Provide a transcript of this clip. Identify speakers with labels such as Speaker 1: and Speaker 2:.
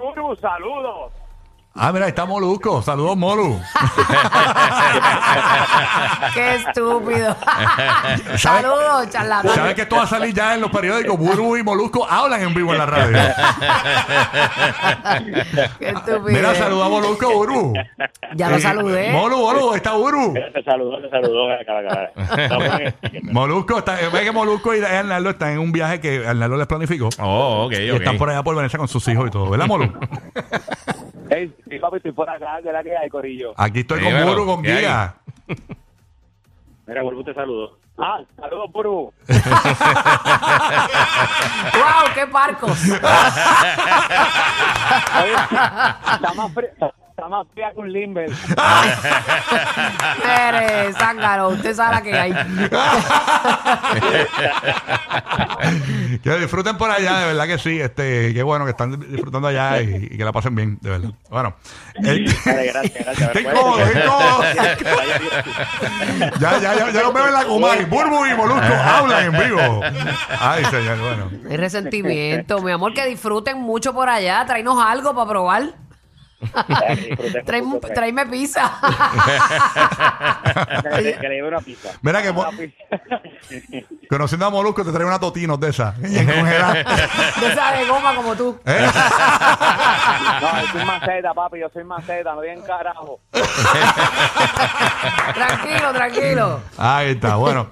Speaker 1: Molu, saludos.
Speaker 2: Ah, mira, ahí está Molusco. Saludos, Molu.
Speaker 3: Qué estúpido. Saludos, charlatán.
Speaker 2: Sabes que esto va a salir ya en los periódicos. Burbu y Molusco hablan en vivo en la radio.
Speaker 3: Qué estúpido.
Speaker 2: Mira, saluda a Molusco, Burbu.
Speaker 3: Ya lo
Speaker 2: Eh,
Speaker 3: saludé.
Speaker 2: Molu, Molu, está Burbu.
Speaker 1: Te saludó, te saludó. Cara, cara. No, bueno,
Speaker 2: Molusco, está, eh, ve que Molusco y Arnaldo están en un viaje que Arnaldo les planificó.
Speaker 4: Oh, ok,
Speaker 2: Y
Speaker 4: ok.
Speaker 2: están por allá por Venecia con sus hijos y todo. ¿Verdad, Molu?
Speaker 1: Ey, sí, papi, estoy por acá, que la que hay, Corillo.
Speaker 2: Aquí estoy con
Speaker 4: Dímelo,
Speaker 2: Burbu, con
Speaker 4: ¿qué hay?
Speaker 2: Giga.
Speaker 1: Mira, vuelvo te saludo. Ah, saludos, Burbu.
Speaker 3: ¡Wow! ¡Qué parcos!
Speaker 1: Oye, está, más fría, está más fría que un limber.
Speaker 3: Eres zángano. Usted sabe la que hay.
Speaker 2: Que disfruten por allá, de verdad que sí. Este, qué bueno que están disfrutando allá y, y que la pasen bien, de verdad. Bueno. eh,
Speaker 1: Dale, gracias, gracias.
Speaker 2: qué incómodo, qué incómodo. Ya, ya, ya, ya lo veo en la Comay. Burbu y Molusco hablan en vivo. Ay, señor, bueno.
Speaker 3: Hay resentimiento, mi amor. Que disfruten mucho por allá. Tráenos algo para probar.
Speaker 1: pues.
Speaker 3: Tráeme, tráeme pizza.
Speaker 1: Que le- que le lleve una pizza.
Speaker 2: Mira que mo-
Speaker 1: Una pizza.
Speaker 2: conociendo a Molusco te trae una totinos de esa. Y en congelada.
Speaker 3: De esa de goma como tú.
Speaker 2: ¿Eh?
Speaker 1: No, yo soy maceta, papi, yo soy maceta, no digan carajo.
Speaker 3: Tranquilo, tranquilo.
Speaker 2: Ahí está, bueno.